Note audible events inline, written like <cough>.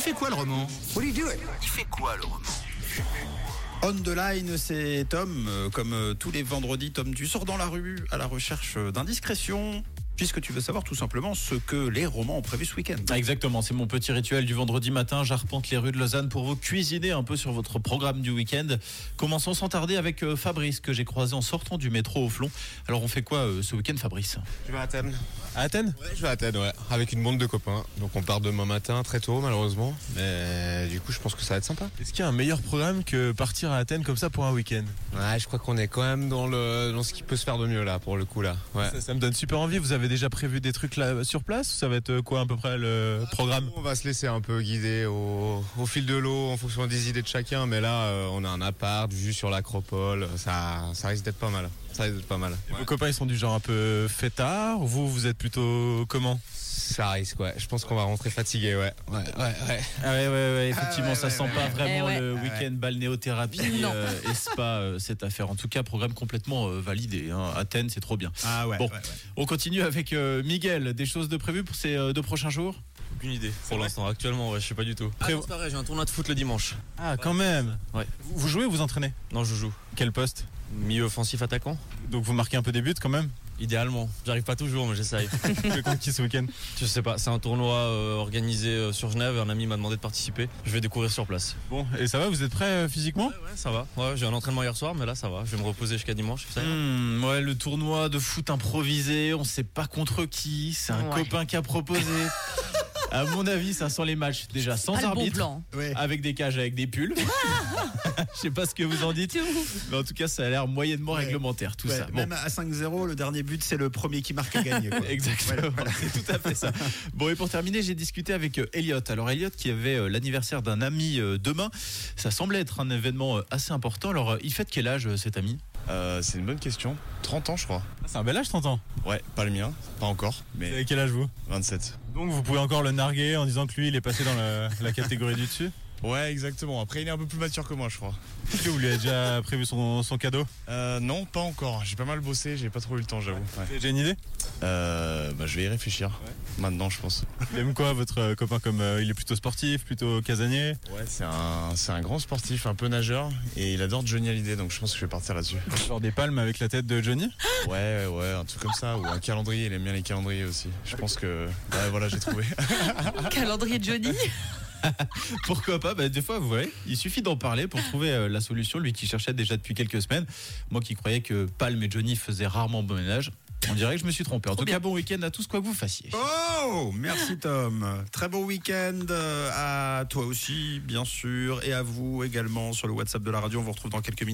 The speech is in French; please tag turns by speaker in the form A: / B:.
A: fait quoi le roman
B: What do you doing?
A: Il fait quoi le roman
C: On the line, c'est Tom. Euh, Comme euh, tous les vendredis, Tom, tu sors dans la rue à la recherche euh, d'indiscrétion, puisque tu veux savoir tout simplement ce que les romans ont prévu ce week-end.
D: Ah, Exactement, c'est mon petit rituel du vendredi matin. J'arpente les rues de Lausanne pour vous cuisiner un peu sur votre programme du week-end. Commençons sans tarder avec euh, Fabrice que j'ai croisé en sortant du métro au Flon. Alors on fait quoi euh, ce week-end, Fabrice
E: Je vais à Athènes.
D: À Athènes
E: Ouais, je vais à Athènes, ouais. Avec une bande de copains. Donc on part demain matin, très tôt, malheureusement. Mais du coup, je pense que ça va être sympa.
F: Est-ce qu'il y a un meilleur programme que partir à Athènes comme ça pour un week-end
E: Ouais, je crois qu'on est quand même dans, le, dans ce qui peut se faire de mieux, là, pour le coup, là. Ouais.
F: ça, ça me donne super envie. Vous avez déjà prévu des trucs là sur place ou Ça va être euh, quoi à peu près le programme
E: On va se laisser un peu guider au, au fil de l'eau en fonction des idées de chacun, mais là euh, on a un appart, vue sur l'acropole, ça, ça risque d'être pas mal. Ça risque d'être pas mal.
F: Vos
E: Ouais.
F: copains ils sont du genre un peu fêtards. Vous vous êtes plutôt comment
E: Ça risque, ouais. Je pense qu'on va rentrer fatigué, ouais. Ouais, ouais, ouais.
D: Ah ouais, ouais, ouais, effectivement,
C: ouais,
D: ça
C: ouais,
D: sent
C: ouais,
D: pas vraiment
G: Eh ouais.
D: le week-end balnéothérapie
G: Non.
D: euh, et spa, euh, cette affaire. En tout cas, programme complètement euh, validé. hein. Athènes, c'est trop bien.
C: Ah ouais.
D: Bon. On continue avec euh, Miguel. Des choses de prévues pour ces euh, deux prochains jours Ah,
H: Aucune idée pour l'instant. Actuellement, ouais, je sais pas du tout. Après,
D: Prévo-
H: c'est pareil, j'ai un tournoi de foot le dimanche.
F: Ah quand même.
H: Ouais.
F: Vous, vous jouez ou vous entraînez
H: Non, je joue.
F: Quel poste
H: Milieu offensif attaquant
F: Donc vous marquez un peu des buts
D: <laughs>
F: quand même.
H: Idéalement. J'arrive pas toujours, mais j'essaye. <laughs>
F: Vous jouez contre qui ce week-end
H: je sais pas, c'est un tournoi euh, organisé euh, sur Genève et un ami m'a demandé de participer. Je vais découvrir sur place.
F: Bon et ça va Vous êtes prêts euh, physiquement
H: Ouais, ouais, ça va. Ouais, j'ai un entraînement hier soir, mais là, ça va. Je vais me reposer jusqu'à dimanche. Ça ira.
D: Hmm, ouais, le tournoi de foot improvisé, on sait pas contre qui, c'est un
G: Ouais.
D: copain qui a proposé. <laughs> à mon avis, ça sent les matchs déjà sans
G: Pas Ah, le bon
D: arbitre,
G: plan.
D: avec des cages, avec des pulls. <laughs> Je sais pas ce que vous en dites, mais en tout cas, ça a l'air moyennement
C: Ouais.
D: réglementaire tout
C: Ouais,
D: ça. Bon.
C: Même à 5-0, le dernier but, c'est le premier qui marque qui gagne. quoi.
D: <laughs> Exactement, c'est tout à fait ça. Bon, et pour terminer, j'ai discuté avec euh, Elliot. Alors, Elliot qui avait euh, l'anniversaire d'un ami euh, demain, ça semblait être un événement euh, assez important. Alors, euh, il fête quel âge euh, cet ami
H: Euh, c'est une bonne question. 30 ans, je crois.
F: Ah, C'est un bel âge t'entends.
H: Ouais, pas le mien. Pas encore,
F: Vous
H: mais
F: avez quel âge vous
H: 27.
F: Donc vous pouvez encore le narguer en disant que lui il est passé dans le- la catégorie du dessus.
H: Ouais, exactement. Après, il est un peu plus mature que moi, je crois. Euh,
F: Est-ce que vous lui avez déjà <laughs> prévu son, son cadeau
H: non, pas encore. J'ai pas mal bossé, j'ai pas trop eu le temps, j'avoue.
F: Vous avez déjà une idée
H: bah, je vais y réfléchir. Maintenant, je pense.
F: Il aime quoi votre euh, copain comme euh, il est plutôt sportif, plutôt casanier
H: Ouais, c'est un, c'est un grand sportif, un peu nageur, et il adore Johnny Hallyday, donc je pense que je vais partir
F: <laughs>
H: là-dessus.
F: Genre des palmes avec la tête de Johnny
H: Ouais, ouais, un truc comme ça, ou un calendrier, il aime bien les calendriers aussi. Je pense que. Ouais, voilà, j'ai trouvé.
G: <laughs> Calendrier de Johnny.
D: <laughs> Pourquoi pas bah, Des fois, vous voyez, il suffit d'en parler pour trouver euh, la solution. Lui qui cherchait déjà depuis quelques semaines. Moi qui croyais que Palm et Johnny faisaient rarement bon ménage. On dirait que je me suis trompé. En tout
G: bien.
D: cas, bon week-end à tous, quoi que vous fassiez.
C: Oh, merci Tom. Très bon week-end euh, à toi aussi, bien sûr, et à vous également sur le WhatsApp de la radio. On vous retrouve dans quelques minutes.